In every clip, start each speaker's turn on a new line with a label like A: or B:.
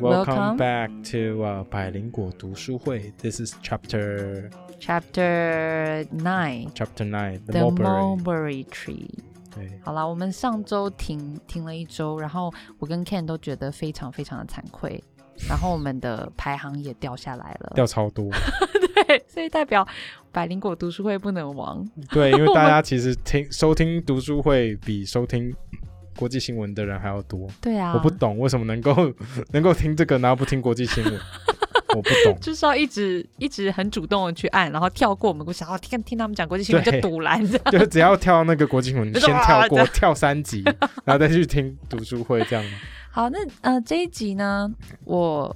A: Welcome
B: Welcome.
A: back to 呃百灵果读书会。This is chapter
B: Chapter Nine
A: chapter nine, the
B: The
A: mulberry。
B: Mulberry Tree。
A: 对，
B: 好啦，我们上周停停了一周，然后我跟 Ken 都觉得非常非常的惭愧，然后我们的排行也掉下来了。
A: 掉超多。
B: 对， 所以代表百灵果读书会不能亡。
A: 对， 因为大家其实听收听读书会比收听国际新闻的人还要多。
B: 对啊，
A: 我不懂为什么能够 能够听这个，然后不听国际新 闻，我不懂。
B: 就是要一直一直很主动的去按，然后跳过我们故事，然后听听他们讲国际新闻
A: 对
B: 就堵拦 着。
A: 就是只要跳那个国际新闻，
B: 就
A: 先
B: 是哇
A: 跳
B: 啊这
A: 过
B: 样
A: 跳三 集，然后再去听读书会这样吗？
B: 好，那呃这一集呢，我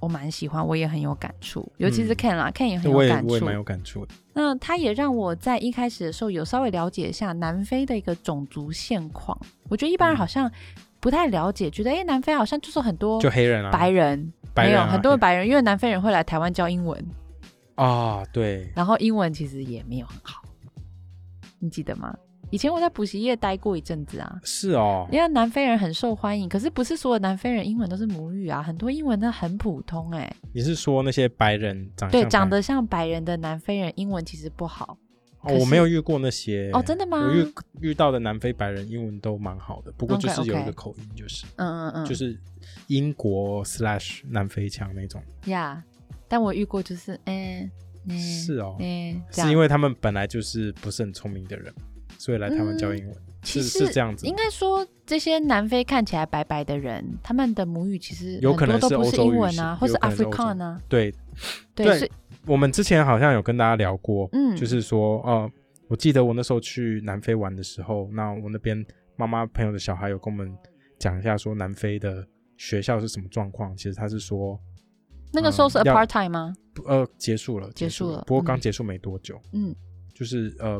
B: 我蛮喜欢，我也很有感触，尤其是
A: 嗯
B: Ken 啦、k e n 也很有
A: 我也
B: 感
A: 我也
B: 触
A: 蛮。有感触的。
B: 那他也让我在一开始的时候有稍微了解一下南非的一个种族现况。我觉得一般
A: 嗯
B: 人好像不太了解，觉得哎、诶南非好像就是很多
A: 就黑人啊，
B: 白人，
A: 白
B: 没
A: 人
B: 有
A: 啊
B: 很多的白人，因为南非人会来台湾教英文，
A: 啊，对，
B: 然后英文其实也没有很好，你记得吗？以前我在补习业待过一阵子啊，
A: 是哦，
B: 因为南非人很受欢迎，可是不是所有南非人英文都是母语啊，很多英文都很普通哎、
A: 你是说那些白人长
B: 对，
A: 相
B: 长
A: 啊白
B: 得像白人的南非人英文其实不好可
A: 哦，我
B: 是
A: 没有遇过那些
B: 哦，真的吗？
A: 我
B: 嗯
A: 遇遇到的南非白人英文都蛮好的，不过就是
B: OK，OK
A: 有一个口音，就是
B: 嗯嗯，
A: 就是英国 slash 南非腔那种。
B: 呀但我遇过就是嗯嗯
A: 是哦，
B: 嗯，这
A: 是
B: 样
A: 因为他们本来就是不是很聪明的人，所以来台湾教英文，
B: 嗯其
A: 是
B: 实
A: 是这样子
B: 应。该说，这些南非看起来白白的人，他们的母语其实
A: 有可能
B: 很多都
A: 是
B: 不
A: 欧洲
B: 英
A: 语
B: 文
A: 系
B: 啊，或
A: 有
B: 是
A: 可能是欧洲
B: African 啊，
A: 对，
B: 对，
A: 对
B: 所以
A: 我们之前好像有跟大家聊过，
B: 嗯，
A: 就是说，呃，我记得我那时候去南非玩的时候，那我那边妈妈朋友的小孩有跟我们讲一下，说南非的学校是什么状况。其实他是说，
B: 那个时候是
A: 嗯要
B: apartheid 吗？
A: 不呃，结束了，
B: 结束
A: 束
B: 了
A: 不过
B: 嗯
A: 刚结束没多久，
B: 嗯，
A: 就是呃，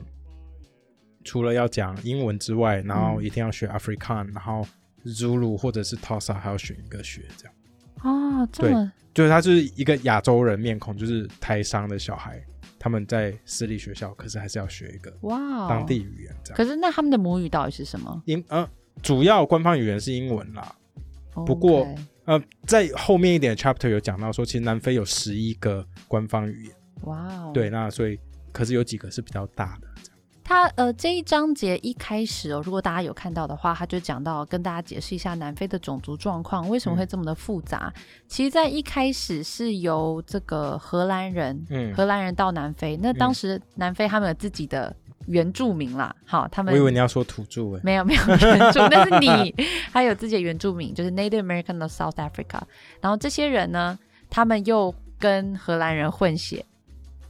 A: 除了要讲英文之外，然后
B: 嗯
A: 一定要学 African，、然后 Zulu 或者是 Tosa 还要选一个学，这样。
B: 哦，这
A: 对
B: 么
A: 就是他就是一个亚洲人面孔，就是台商的小孩，他们在私立学校，可是还是要学一个
B: 哇哦，
A: 当地语言这样。
B: 可是那他们的母语到底是什么？
A: 英呃，主要官方语言是英文啦。不过
B: OK
A: 呃，在后面一点的 chapter 有讲到说，其实南非有十一个官方语言，
B: 哇哦，
A: 对，，那所以可是有几个是比较大的，这样
B: 他呃这一章节一开始哦，如果大家有看到的话，他就讲到跟大家解释一下南非的种族状况为什么会这么的复杂。
A: 嗯
B: 其实，在一开始是由这个荷兰人，
A: 嗯
B: 荷兰人到南非，那当时南非他们有自己的原住民啦，好，他们
A: 我以为你要说土著哎、
B: 没有没有原 住，那是你，还有自己的原住民，就是 Native American of South Africa。然后这些人呢，他们又跟荷兰人混血，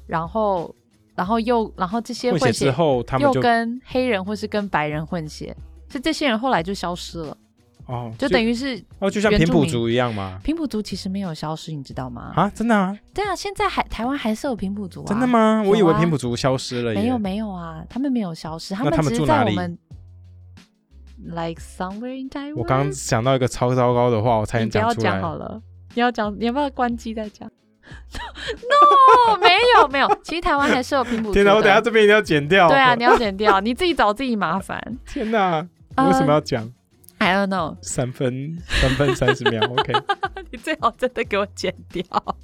B: 然后然后又然后这些
A: 混
B: 混
A: 血
B: 血
A: 之后他们
B: 又
A: 就
B: 跟黑人或是跟白人混血，所以这些人后来就消失了，
A: 哦，
B: 就等
A: 于
B: 于是
A: 哦，就像
B: 原
A: 平
B: 住
A: 埔
B: 民
A: 族一样嘛
B: 平埔族其实没有消失，你知道吗？
A: 啊，真的啊，
B: 对啊，现在还台湾还是有平埔族啊，
A: 真的？吗？我以
B: 有
A: 为
B: 啊
A: 平埔族消失了耶，
B: 没有没有啊，他们没有消失，他
A: 那他们
B: 只是
A: 住
B: 在
A: 哪
B: 我
A: 里
B: 们 like somewhere in Taiwan。
A: 我刚刚想到一个超糟糕的话，我差
B: 你
A: 点
B: 不要
A: 出
B: 讲
A: 来。
B: 好了，你要讲，你要不要关机再讲 ？No，没有没有，其实台湾还是有平埔族的。
A: 天哪，我等下这边一定要剪掉。
B: 对啊，你要剪掉，你自己找自己麻烦。
A: 天哪，
B: 呃
A: 我为什么要讲
B: I don't know，
A: 三分三分三十秒 ？OK，
B: 你最好真的给我剪掉。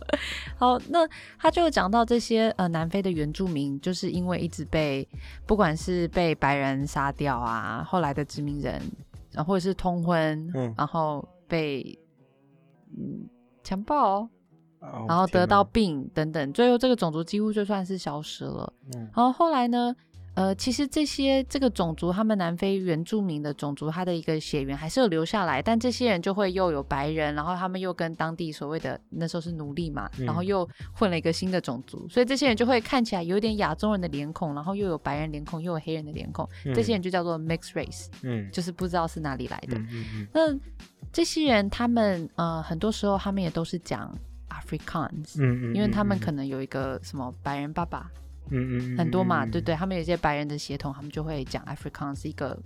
B: 好，那他就讲到这些呃，南非的原住民就是因为一直被不管是被白人杀掉啊，后来的殖民人，然后或者是通婚，
A: 嗯
B: 然后被嗯强暴，
A: 然
B: 然后得到病等等，最后这个种族几乎就算是消失了。
A: 嗯
B: 然后后来呢，呃，其实这些这个种族，他们南非原住民的种族，它的一个血缘还是有留下来，但这些人就会又有白人，然后他们又跟当地所谓的那时候是奴隶嘛，
A: 嗯
B: 然后又混了一个新的种族，所以这些人就会看起来有点亚洲人的脸孔，然后又有白人脸孔，又有黑人的脸孔，这些人就叫做 mixed race，
A: 嗯
B: 就是不知道是哪里来的。
A: 嗯嗯嗯
B: 那这些人他们呃，很多时候他们也都是讲 Afrikaans，、
A: 嗯嗯，
B: 因为他们可能有一个什么白人爸爸。
A: 嗯嗯
B: 很多嘛，对不对？他们有一些白人的血统，他们就会讲 Afrikaans 是一个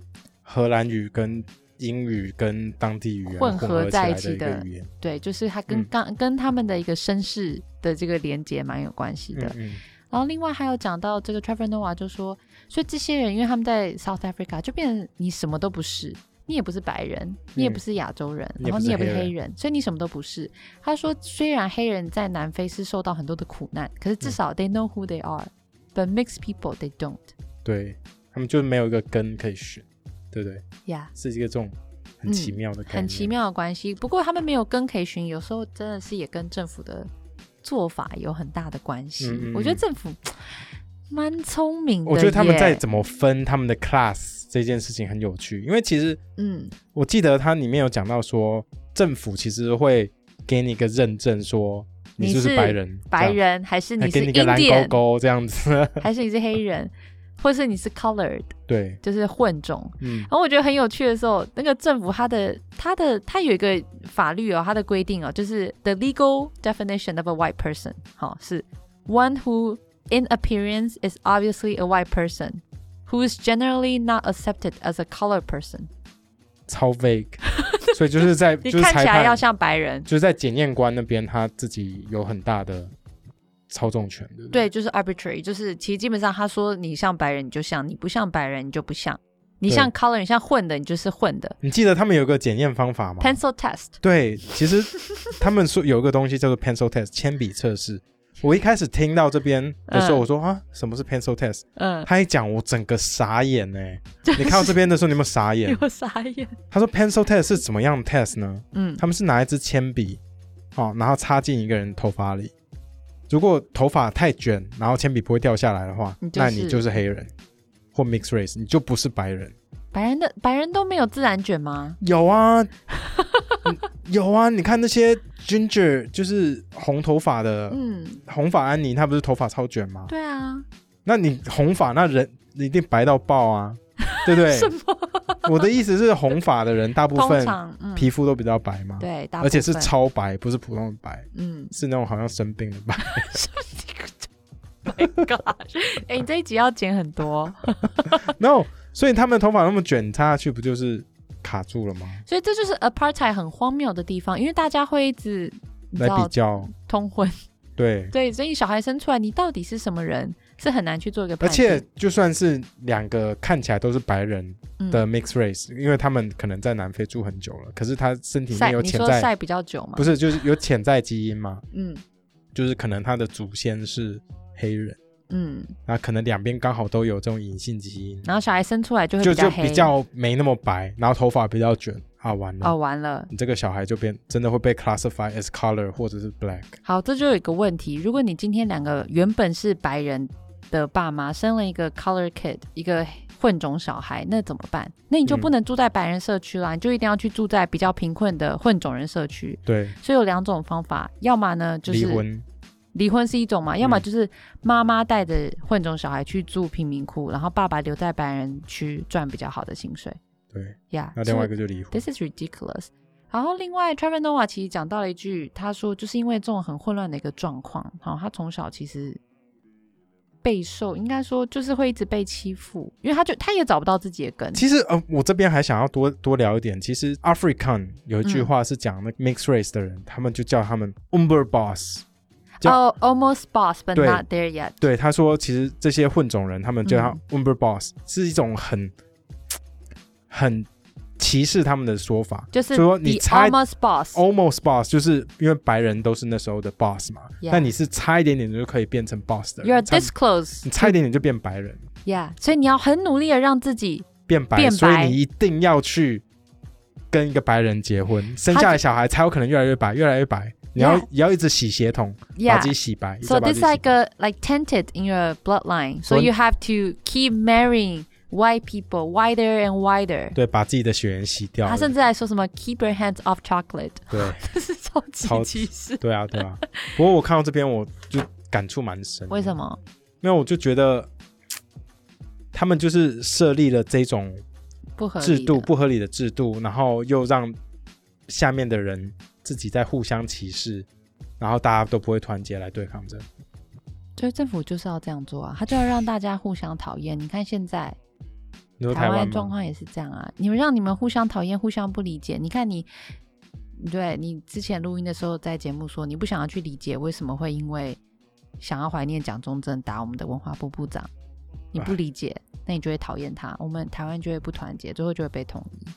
A: 荷兰语跟英语跟当地语言
B: 混合
A: 合
B: 在一
A: 一
B: 起
A: 的一
B: 的
A: 个语言，
B: 对，就是他跟
A: 嗯
B: 刚、跟他们的一个身世的这个连接蛮有关系的。
A: 嗯
B: 然后另外还有讲到这个 Trevor Noah 就说，所以这些人因为他们在 South Africa 就变成你什么都不是，你也不是白人，你也不是亚洲人，
A: 嗯你也
B: 然后
A: 不
B: 你
A: 是
B: 也不是
A: 黑人
B: 黑人，所以你什么都不是。他说，虽然黑人在南非是受到很多的苦难，可是
A: 嗯
B: 至少 they know who they are，but mixed people they don't。
A: 对他们就没有一个根可以选，对不对？
B: Yeah，
A: 是一个这种很奇
B: 嗯
A: 妙的概念，
B: 很奇妙的关系。不过他们没有根可以循，有时候真的是也跟政府的做法有很大的关
A: 嗯
B: 系。
A: 嗯嗯
B: 我觉得政府蛮聪明的耶，
A: 我觉得他们在怎么分他们的 class 这件事情很有趣，因为其实
B: 嗯
A: 我记得它里面有讲到说，政府其实会给你一个认证，说你
B: 你
A: 就是白人，
B: 白人还是
A: 这样，还
B: 你
A: 给
B: 是
A: 你一个蓝
B: Indian
A: 勾勾这样子。
B: 还是你是黑人，或是你是 colored
A: 对，
B: 就是混种。
A: 嗯
B: 然后我觉得很有趣的时候，那个政府它的它的它有一个法律哦，它的规定哦，就是 the legal definition of a white person，好、是 one who in appearance is obviously a white person who is generally not accepted as a colored person。
A: 超 vague，所以 就是 在
B: 你
A: 就是
B: 看
A: 裁
B: 起来要
A: 判，
B: 像白人，
A: 就是在检验官那边他自己有很大的操纵权，对不对？
B: 对，就是 arbitrary，就是其实基本上他说你像白人你就像，你不像白人你就不像，你
A: 对
B: 像 color 你像混的你就是混的。
A: 你记得他们有个检验方法吗？
B: pencil test，
A: 对，其实他们说有一个东西叫做 pencil test 铅笔测试。 我一开始听到这边的时候，
B: 嗯
A: 我说啊，什么是 pencil test？
B: 嗯，
A: 他一讲，我整个傻眼呢、
B: 就
A: 你看到这边的时候，你有没有傻眼？
B: 有傻眼，
A: 他说 pencil test 是怎么样的 test 呢？
B: 嗯
A: 他们是拿一支铅笔，哦，然后插进一个人头发里。如果头发太卷，然后铅笔不会掉下来的话，
B: 你就是
A: 那你就是黑人或 mixed race，你就不是白人。
B: 白人的白人都没有自然卷吗？
A: 有啊， 嗯有啊，你看那些 ginger 就是红头发的、
B: 嗯，
A: 红发安妮，她不是头发超卷吗？
B: 对啊，
A: 那你红发那人一定白到爆啊，对不对？
B: 什么？
A: 我的意思是，红发的人大部
B: 通
A: 分
B: 常嗯，
A: 皮肤都比较白嘛，
B: 对，大部
A: 而且是
B: 分
A: 超白，不是普通的白，
B: 嗯
A: 是那种好像生病的白。
B: ，My God，哎，你这一集要剪很多，
A: no，所以他们的头发那么卷插下去，不就是卡住了吗？
B: 所以这就是 apartheid 很荒谬的地方，因为大家会一直你知
A: 来比
B: 道
A: 较，
B: 通婚，
A: 对，
B: 对，所以小孩生出来你到底是什么人，是很难去做一个
A: 而
B: 判定，
A: 且就算是两个看起来都是白人
B: 嗯
A: 的 mixed race，、因为他们可能在南非住很久了，可是他身体里
B: 晒
A: 面有
B: 你
A: 潜
B: 说
A: 在，
B: 晒比较久嘛，
A: 不
B: 是，
A: 是就是有潜在基因嘛，
B: 嗯
A: 就是可能他的祖先是黑人，
B: 嗯，
A: 那可能两边刚好都有这种隐性基因，
B: 然后小孩生出来就会
A: 就
B: 较
A: 就
B: 黑，
A: 比较没那么白，然后头发比较卷啊，完了。
B: 哦，完了。
A: 你这个小孩就变真的会被 classify as color 或者是 black，
B: 好，这就有一个问题：如果你今天两个原本是白人的爸妈生了一个 color kid，一个混种小孩，那怎么办？那你就不
A: 嗯
B: 能住在白人社区啦，你就一定要去住在比较贫困的混种人社区。
A: 对，
B: 所以有两种方法，要么呢就
A: 离，
B: 是
A: 婚，
B: 离婚是一种嘛，要么
A: 嗯
B: 就是妈妈带着混种小孩去住贫民窟，然后爸爸留在白人区赚比较好的薪水
A: 对，
B: 呀。
A: 那
B: so
A: 另外一个就离婚，
B: This is ridiculous。然后另外，Trevor Noah 其实讲到了一句，他说就是因为这种很混乱的一个状况，好、他从小其实备受，应该说就是会一直被欺负，因为他就他也找不到自己的根。
A: 其实呃，我这边还想要多多聊一点。其实 African 有一句
B: 嗯
A: 话是讲那 mixed race 的人，他们就叫他们 Umberboss。叫
B: 哦、a l m o s t boss but
A: 对
B: not there yet。
A: 对，他说其实这些混种人，他们叫他
B: 嗯
A: Umberboss，、是一种很很歧视他们的说法。
B: 就是
A: 说
B: the
A: 你猜
B: almost boss，
A: Almost boss 就是因为白人都是那时候的 boss 嘛
B: Yeah
A: 那你是差一点点就可以变成 boss 的
B: y o u are
A: 人，差
B: this close
A: 你差一点点就变白人，
B: yeah，所以你要很努力的让自己
A: 变白，
B: 变白
A: 所以你一定要去跟一个白人结婚，生下来小孩才有可能越来越白，越来越白。你要
B: Yeah
A: 也要一直洗血统，把
B: yeah
A: 自己。洗白。一直
B: So
A: 把自己
B: this is
A: 洗白
B: like a like tainted in your bloodline. So
A: So-
B: you have to keep marrying white people wider and wider.
A: 对，把自己的血缘洗掉
B: 他
A: 了。
B: 甚至还说什么 “keep your hands off chocolate”，
A: 对
B: 这是超级
A: 超
B: 歧视。
A: 对啊，对啊。不过我看到这边，我就感触蛮深。
B: 为什
A: 么？
B: 么？
A: 没有，我就觉得他们就是设立了这种
B: 不合理
A: 制
B: 的
A: 度不合理的制度，然后又让下面的人自己在互相歧视，然后大家都不会团结来对抗这。
B: 所以政府就是要这样做啊，他就要让大家互相讨厌。你看现在
A: 你说湾
B: 台湾
A: 吗
B: 的状况也是这样啊，你们让你们互相讨厌、互相不理解。你看你，对你之前录音的时候在节目说，你不想要去理解为什么会因为想要怀念蒋中正打我们的文化部部长，你不理解，那你就会讨厌他，我们台湾就会不团结，最后就会被统一。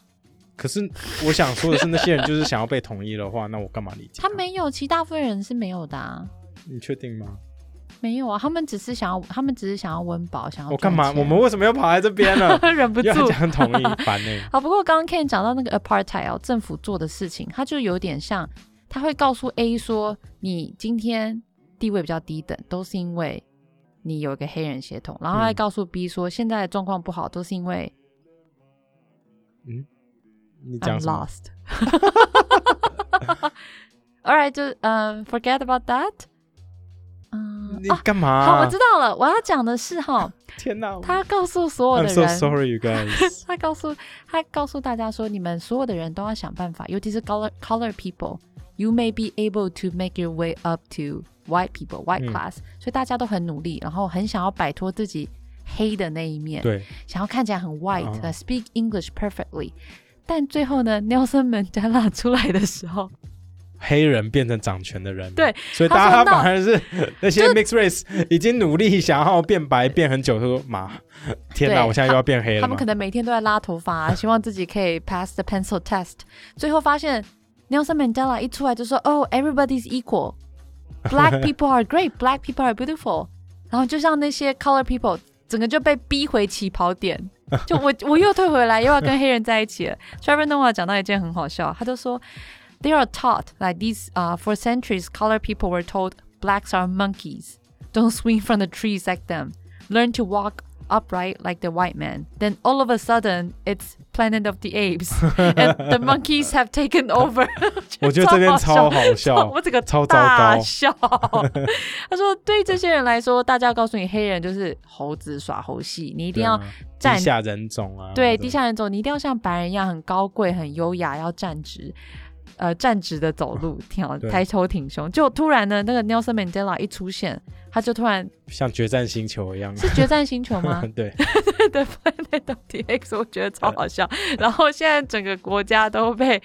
A: 可是我想说的是，那些人就是想要被统一的话， 那我干嘛理解？
B: 他，没有，其实大部分人是没有的、啊，
A: 你确定吗？
B: 没有啊，他们只是想要，他们只是想要温饱，想要
A: 我干嘛？
B: 赚钱
A: 我们为什么要跑来这边呢？
B: 忍 不住
A: 又要讲统一，烦欸呢、
B: 好，不过刚刚 Ken 讲到那个 apartheid 哦，政府做的事情，它就有点像，他会告诉 A 说，你今天地位比较低等，都是因为你有一个黑人血统，然后他会
A: 嗯
B: 告诉 B 说，现在的状况不好，都是因为
A: 你讲
B: I'm
A: 什么？
B: lost。All right，就嗯、f o r g e t about that。嗯
A: 你
B: 啊，
A: 干嘛、
B: 好，我知道了，我要讲的 是哈，
A: 天哪！
B: 他告诉所有
A: ，I'm
B: 的
A: so
B: 人。。
A: sorry, you guys
B: 他告诉他告诉大家说，你们所有的人都要想办法，尤其是 color color people。You may be able to make your way up to white people, white
A: 嗯
B: class、所以大家都很努力，然后很想要摆脱自己黑的那一面，
A: 对，
B: 想要看起来很 white，、
A: 啊
B: 呃 speak English perfectly。但最后呢，Nelson Mandela 出来的时候，
A: 黑人变成掌权的人，
B: 对，
A: 所以
B: 他
A: 大
B: 说
A: 家
B: 那
A: 反而是 那些 mixed race 已经努力想要变白变很久，他说妈，天哪，
B: 对
A: 我现在又要变黑了
B: 他们
A: 吗
B: 可？能每天都在拉头发、希望自己可以 pass the pencil test。最后发现 Nelson Mandela 一出来就说：“Oh, everybody's equal. Black people are great. Black people are beautiful.” 然后就像那些 color people，整个就被逼回起跑 点。就我我又退回来，又要跟黑人在一起了。Trevor Noah 讲到一件很好笑，他就说：“They are taught like these. Uh, for centuries, color people were told blacks are monkeys. Don't swing from the trees like them. Learn to walk upright like the white man. Then all of a sudden, it's Planet of the Apes, and the monkeys have taken over.
A: 我觉得这边超
B: 好
A: 好笑，
B: 我这个
A: 超糟
B: 大
A: 糕。
B: 笑。他说，对于这些人来说，大家告诉你，黑人就是猴子耍猴戏，你一定
A: 对
B: 要
A: 啊
B: 站
A: 地下人种啊，
B: 对
A: 这种
B: 地下人走，你一定要像白人一样很高贵、很优雅，要站直，呃，站直的走路，挺好，
A: 对
B: 抬头挺胸。就突然呢，那个 Nelson Mandela 一出现，他就突然
A: 像决战星球一样，
B: 是决战星球吗？
A: 对，
B: 对对 Planet of the Apes，我觉得超好笑。然后现在整个国家都被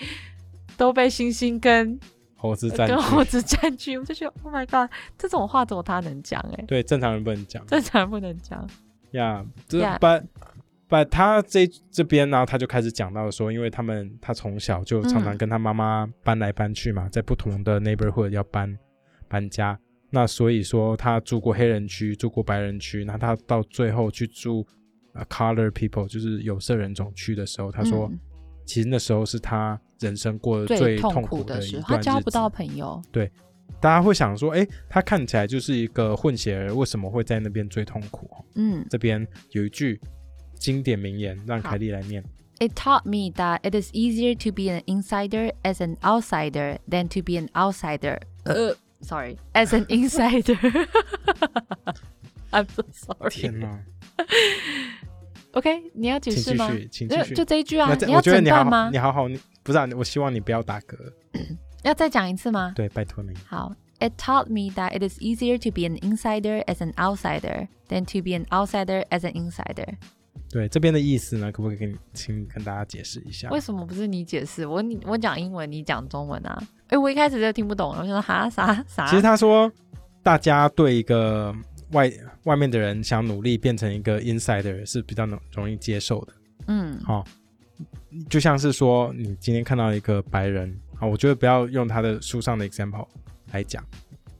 B: 都被猩猩跟
A: 猴子 占据
B: 跟，猴子占据，我就觉得 Oh my God，这种话怎么他能讲、欸？哎，
A: 对，正常人不能讲
B: 正常人不能讲。
A: 呀。这
B: Yeah
A: 把把他这这边呢，他就开始讲到说，因为他们他从小就常常
B: 嗯
A: 跟他妈妈搬来搬去嘛，在不同的 neighborhood 要搬搬家，那所以说他住过黑人区，住过白人区，那他到最后去住。呃 color people 就是有色人种区的时候，他说、
B: 嗯
A: 其实那时候是他人生过得
B: 最
A: 最
B: 痛
A: 痛
B: 苦
A: 的
B: 的
A: 一
B: 时
A: 段
B: 候，他交
A: 日
B: 不
A: 子
B: 到朋友，
A: 大家会想说，哎，他看起来就是一个混血儿，为什么会在那边最痛苦？
B: 嗯。
A: 这边有一句经典名言，让凯莉来念。
B: It taught me that it is easier to be an insider as an outsider than to be an outsider.
A: 呃
B: Uh, sorry, as an insider. I'm so
A: 天
B: sorry.
A: 哪，
B: OK，你要解
A: 请
B: 释
A: 继
B: 吗？
A: 续，请继
B: 那
A: 续。
B: 就这一句
A: 那
B: 啊，
A: 这
B: 你
A: 我
B: 要
A: 觉得
B: 诊
A: 你好
B: 断
A: 好，
B: 吗
A: 你？好好，你不是、啊，我希望你不要打嗝。
B: 要再讲一次吗？
A: 对，拜托你。
B: 好，It taught me that it is easier to be an insider as an outsider than to be an outsider as an insider。
A: 对这边的意思呢，可不可以跟你请你跟大家解释一下
B: 为？什么不是你解释？我你我讲英文，你讲中文啊？哎，我一开始就听不懂，我想说哈啥啥。
A: 其实他说，大家对一个外外面的人想努力变成一个 insider 是比较容容易接受的。
B: 嗯
A: 好、就像是说你今天看到一个白人啊，我觉得不要用他的书上的 example 来讲，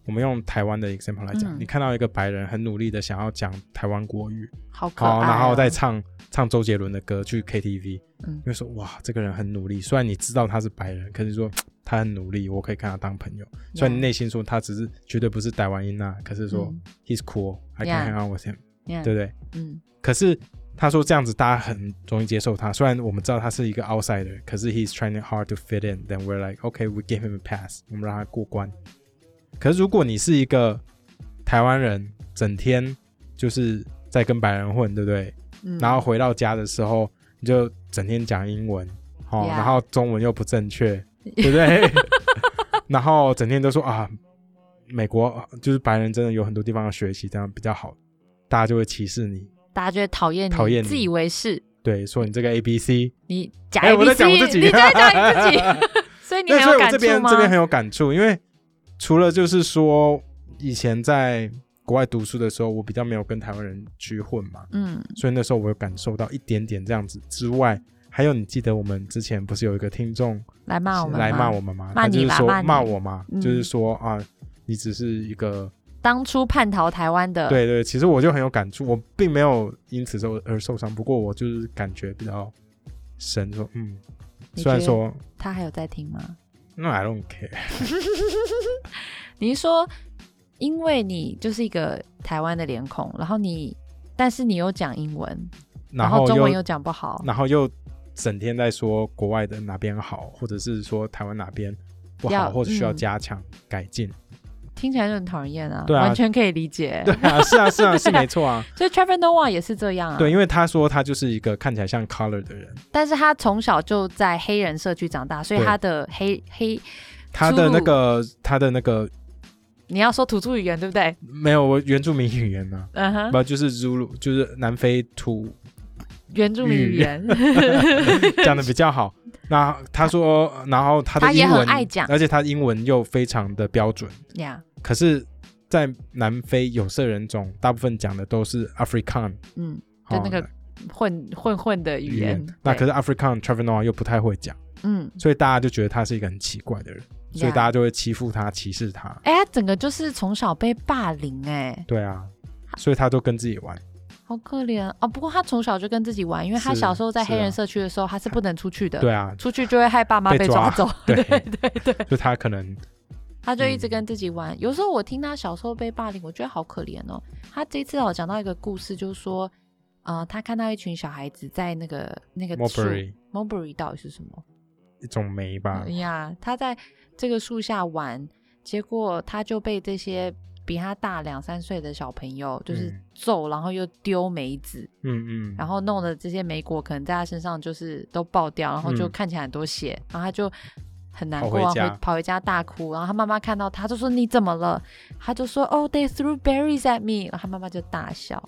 A: 我们用台湾的 example 来讲，
B: 嗯
A: 你看到一个白人很努力的想要讲台湾国语，
B: 好可爱、
A: 好、
B: 哦，
A: 然后再唱唱周杰伦的歌去 KTV，
B: 嗯
A: 你会说哇，这个人很努力，虽然你知道他是白人，可是你说。嘖他很努力，我可以跟他当朋友。虽然你内心说他只是绝对不是台湾音呐，可是说、
B: 嗯
A: he's cool，I
B: Yeah
A: can hang out with him，、
B: Yeah，
A: 对不对？
B: 嗯
A: 可是他说这样子大家很容易接受他，虽然我们知道他是一个 outsider，可是 he's trying hard to fit in。Then we're like, okay, we give him a pass，我们让他过关。可是如果你是一个台湾人，整天就是在跟白人混，对不对？
B: 嗯，
A: 然后回到家的时候，你就整天讲英文，哦
B: Yeah
A: 然后中文又不正确，对不 对？然后整天都说啊，美国就是白人真的有很多地方要学习，这样比较好，大家就会歧视你。
B: 大家就会讨厌你，
A: 讨厌你
B: 自以为是，
A: 对，说你这个 A B C，
B: 你假
A: 哎
B: A
A: 我在
B: B C，、
A: 讲我自己
B: 你在讲你自己， 所以你
A: 对，
B: 很
A: 所以
B: 有
A: 我
B: 感
A: 这
B: 触
A: 边
B: 吗？
A: 这边很有感触，因为除了就是说以前在国外读书的时候，我比较没有跟台湾人去混嘛，
B: 嗯
A: 所以那时候我有感受到一点点这样子之外，还有，你记得我们之前不是有一个听众
B: 来骂我们，
A: 来骂我，们吗？
B: 骂
A: 他
B: 你
A: 就是
B: 吧
A: 说
B: 骂你
A: 骂我嘛，
B: 嗯
A: 就是说啊，你只是一个
B: 当初叛逃台湾的，
A: 对对，其实我就很有感触，我并没有因此受而受伤，不过我就是感觉比较深，说嗯，
B: 你
A: 虽然
B: 觉得
A: 说
B: 他还有在听吗？
A: 那 I don't care，
B: 你是说，因为你就是一个台湾的脸孔，然后你，但是你又讲英文，然
A: 后
B: 中文
A: 又
B: 又讲不好，
A: 然后又整天在说国外的哪边好，或者是说台湾哪边不好，
B: 要
A: 或者需要
B: 嗯
A: 加强改进。
B: 听起来就很讨人厌啊，
A: 对啊
B: 完全可以理解。
A: 对啊，是啊，是啊，是
B: 对啊
A: 没错啊。
B: 所以 Trevor Noah 也是这样啊，
A: 对，，因为他说他就是一个看起来像 color 的人，
B: 但是他从小就在黑人社区长大，所以
A: 对
B: 他的黑黑，
A: 他的那个他的那个
B: 你要说土著语言对不对？
A: 没有我原住民语言呢、
B: 嗯哼，
A: 不就是 Zulu，就是南非土
B: 原住民语言，
A: 讲的比较好。那他说，然后他的
B: 他也
A: 英
B: 很
A: 文
B: 爱讲
A: 而且他英文又非常的标准。
B: 呀，
A: 可是，在南非有色人种大部分讲的都是 African，
B: 嗯，
A: 好
B: 就那个混混混的语言，
A: 那可
B: 对
A: 是 African Trevor Noah 又不太会讲，
B: 嗯，
A: 所以大家就觉得他是一个很奇怪的人，所以大
B: 家，
A: 家就会欺负他、歧视他。
B: 哎，他整个就是从小被霸凌，哎，
A: 对啊，所以他都跟自己玩。
B: 好可怜哦。不过他从小就跟自己玩，因为他
A: 是
B: 小时候在
A: 是
B: 黑人
A: 啊
B: 社区的时候，他是不能出去的，
A: 对啊，
B: 出去就会害爸妈
A: 被
B: 被
A: 抓
B: 走。
A: 对
B: 对对，
A: 就他可能
B: 他就一直
A: 嗯
B: 跟自己玩。有时候我听他小时候被霸凌，我觉得好可怜哦。他这次我讲到一个故事，就是说，呃，他看到一群小孩子在那个那个树
A: Mulberry 啊
B: Mulberry 到底是什么？
A: 一种霉吧
B: 哎，呀，他在这个树下玩，结果他就被这些比他大两三岁的小朋友就是
A: 嗯
B: 揍，然后又丢梅子，
A: 嗯嗯，
B: 然后弄的这些莓果可能在他身上就是都爆掉，然后就
A: 嗯
B: 看起来很多血，然后他就很难
A: 跑
B: 过，
A: 回
B: 啊，
A: 家
B: 回跑回家大哭。然后他妈妈看到他就说你怎么了？他就说哦、t h e y threw berries at me。然后他妈妈就 大笑，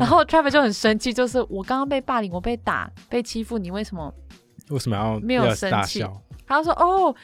B: 然后 Trevor 就很生气，就是我刚刚被霸凌，我被打，被欺负，你为什么？
A: 为什么要
B: 没有
A: 要
B: 生
A: 大
B: 气
A: 笑？
B: 他就说哦。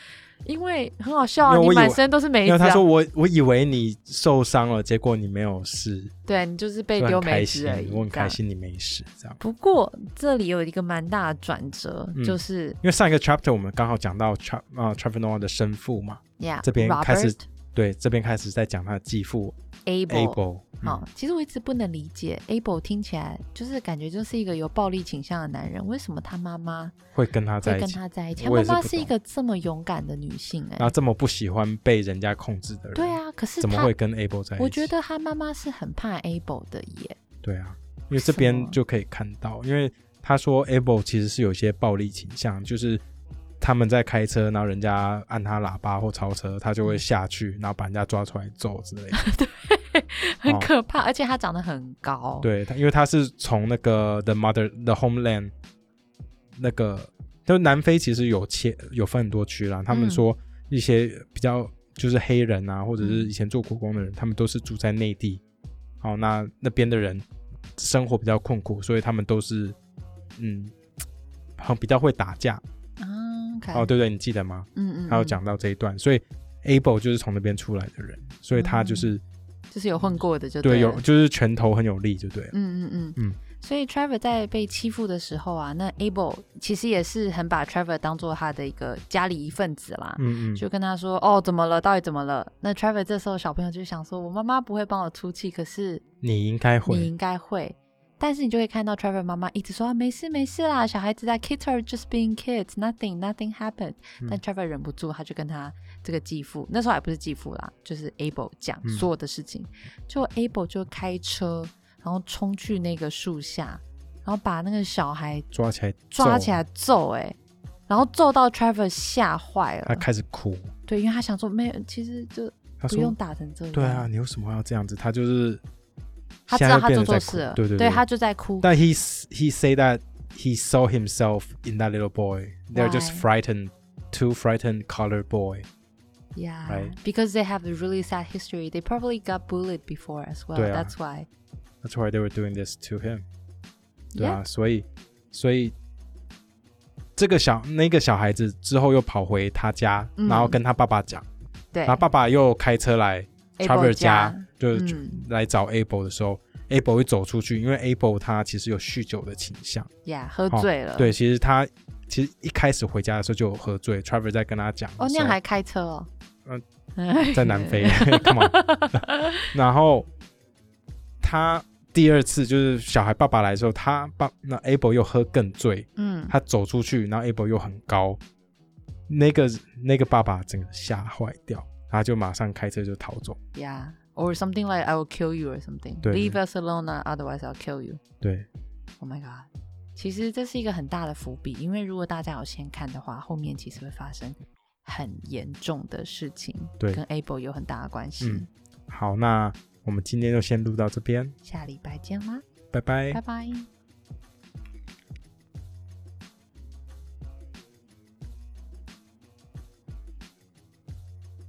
B: 因为很好笑啊，
A: 因为
B: 你
A: 我以为
B: 满身都是
A: 因
B: 梅子、啊。
A: 为他说我我以为你受伤了，结果你没有事，
B: 对你就是被
A: 就
B: 丢
A: 很开
B: 梅
A: 心
B: 子而已。，
A: 我很
B: 这
A: 开。
B: 样
A: 心你没事这样。
B: 不过这里有一个蛮大的转折，
A: 嗯
B: 就是
A: 因为上一个 chapter 我们刚好讲到 tra 啊、Trevor Noah 的生父嘛，
B: Yeah，
A: 这边开始
B: Robert
A: 对，这边开始在讲他的继父
B: Able。
A: Abel，
B: 好、
A: 嗯，
B: 其实我一直不能理解 Able 听起来就是感觉就是一个有暴力倾向的男人，为什么他妈妈
A: 会跟他在
B: 会
A: 一
B: 跟
A: 起，
B: 他在一起？他
A: 我
B: 妈
A: 也是
B: 妈
A: 不
B: 是一
A: 懂
B: 个这么勇敢的女性、
A: 然
B: 哎
A: 后，这么不喜欢被人家控制的人，
B: 对，啊，可是
A: 怎么
B: 他
A: 会，跟 Abel 在一起？
B: 我觉得他妈妈是很怕 Able 的耶。
A: 对啊，因为这边就可以看到，因为他说 Abel 其实是有些暴力倾向，就是他们在开车，然后人家按他喇叭或超车，他就会下去，然后把人家抓出来揍之类的。
B: 很
A: 哦
B: 可怕，而且他长得很高，
A: 对，他因为他是从那个 The Mother The Homeland 那个，就是南非其实有切有分很多区啦，他们
B: 嗯
A: 说一些比较就是黑人啊，或者是以前做苦工的人，他们都是住在内地，好、那那边的人生活比较困苦，所以他们都是嗯。很比较会打架
B: 嗯，
A: 哦，，对不对？你记得吗？
B: 嗯嗯，
A: 他有
B: 嗯，
A: 讲到这一段，所以 Able 就是从那边出来的人，所以他就是、
B: 就是有混过的就
A: 嗯对
B: 了
A: 有就是拳头很有力，就对了。
B: 嗯嗯嗯
A: 嗯，
B: 所以 Trevor 在被欺负的时候啊，那 Able 其实也是很把 Trevor 当做他的一个家里一份子啦，
A: 嗯嗯，
B: 就跟他说哦怎么了，到底怎么了？那 Trevor 这时候小朋友就想说，我妈妈不会帮我出气，可是
A: 你应该会
B: 你应该会。但是你就会看到 Trevor 妈妈一直说、啊、没事没事啦，小孩子在 kids are just being kids, nothing nothing happened、
A: 嗯
B: 但 Trevor 忍不住，他就跟他这个继父，那时候还不是继父啦，就是 Able 讲
A: 嗯
B: 所有的事情，就 Able 就开车，然后冲去那个树下，然后把那个小孩
A: 抓起来揍
B: 抓起来揍、欸，然后揍到 Trevor 吓坏
A: 他
B: 了，
A: 开始哭。
B: 对，因为他想说没有，其实就
A: 他
B: 不
A: 说
B: 用打成这样。：“
A: 对啊，，你为什么要这样子？”他就是
B: 他知
A: 现在
B: 道
A: 又
B: 他
A: 变
B: 做
A: 得在
B: 错事
A: 哭
B: 了，
A: 对对
B: 他就在哭。
A: 但 he s- he say that he saw himself in that little boy. They're just frightened, too frightened colored boy.
B: Yeah,
A: Right.
B: because they have a really sad history. They probably got bullied before as well.
A: 对啊
B: That's why.
A: That's why they were doing this to him. 对
B: Yeah.
A: 啊，所以所以这个小那个小孩子之后又跑回他家，
B: 嗯
A: 然后跟他爸爸讲，
B: 对
A: 然后爸爸又开车来 Traver
B: 家
A: 家，就
B: 嗯
A: 来找 Able 的时候、a b l e 会走出去，因为 Able 他其实有酗酒的倾向。
B: 呀，喝
A: 哦
B: 醉了，，
A: 对，其实他其实一开始回家的时候就有喝醉，Traver 在跟他讲的
B: 哦，那
A: 时候
B: 样还开车哦，
A: 嗯
B: 嗯，
A: 在南非，come on。然 后他第二次就是小孩爸爸来的时候，他爸那 Able 又喝更醉，
B: 嗯，
A: 他走出去，然后 Able 又很高，那个那个爸爸整个吓坏掉，他就马上开车就逃走。
B: Yeah, or something like I will kill you or something.
A: 对
B: Leave us alone, or otherwise I'll kill you.
A: 对
B: Oh my god. 其实这是一个很大的伏笔，因为如果大家有先看的话，后面其实会发生很严重的事情，
A: 对
B: 跟 Able 有很大的关系。
A: 嗯好，那我们今天就先录到这边，
B: 下礼拜见啦，
A: 拜拜
B: 拜拜。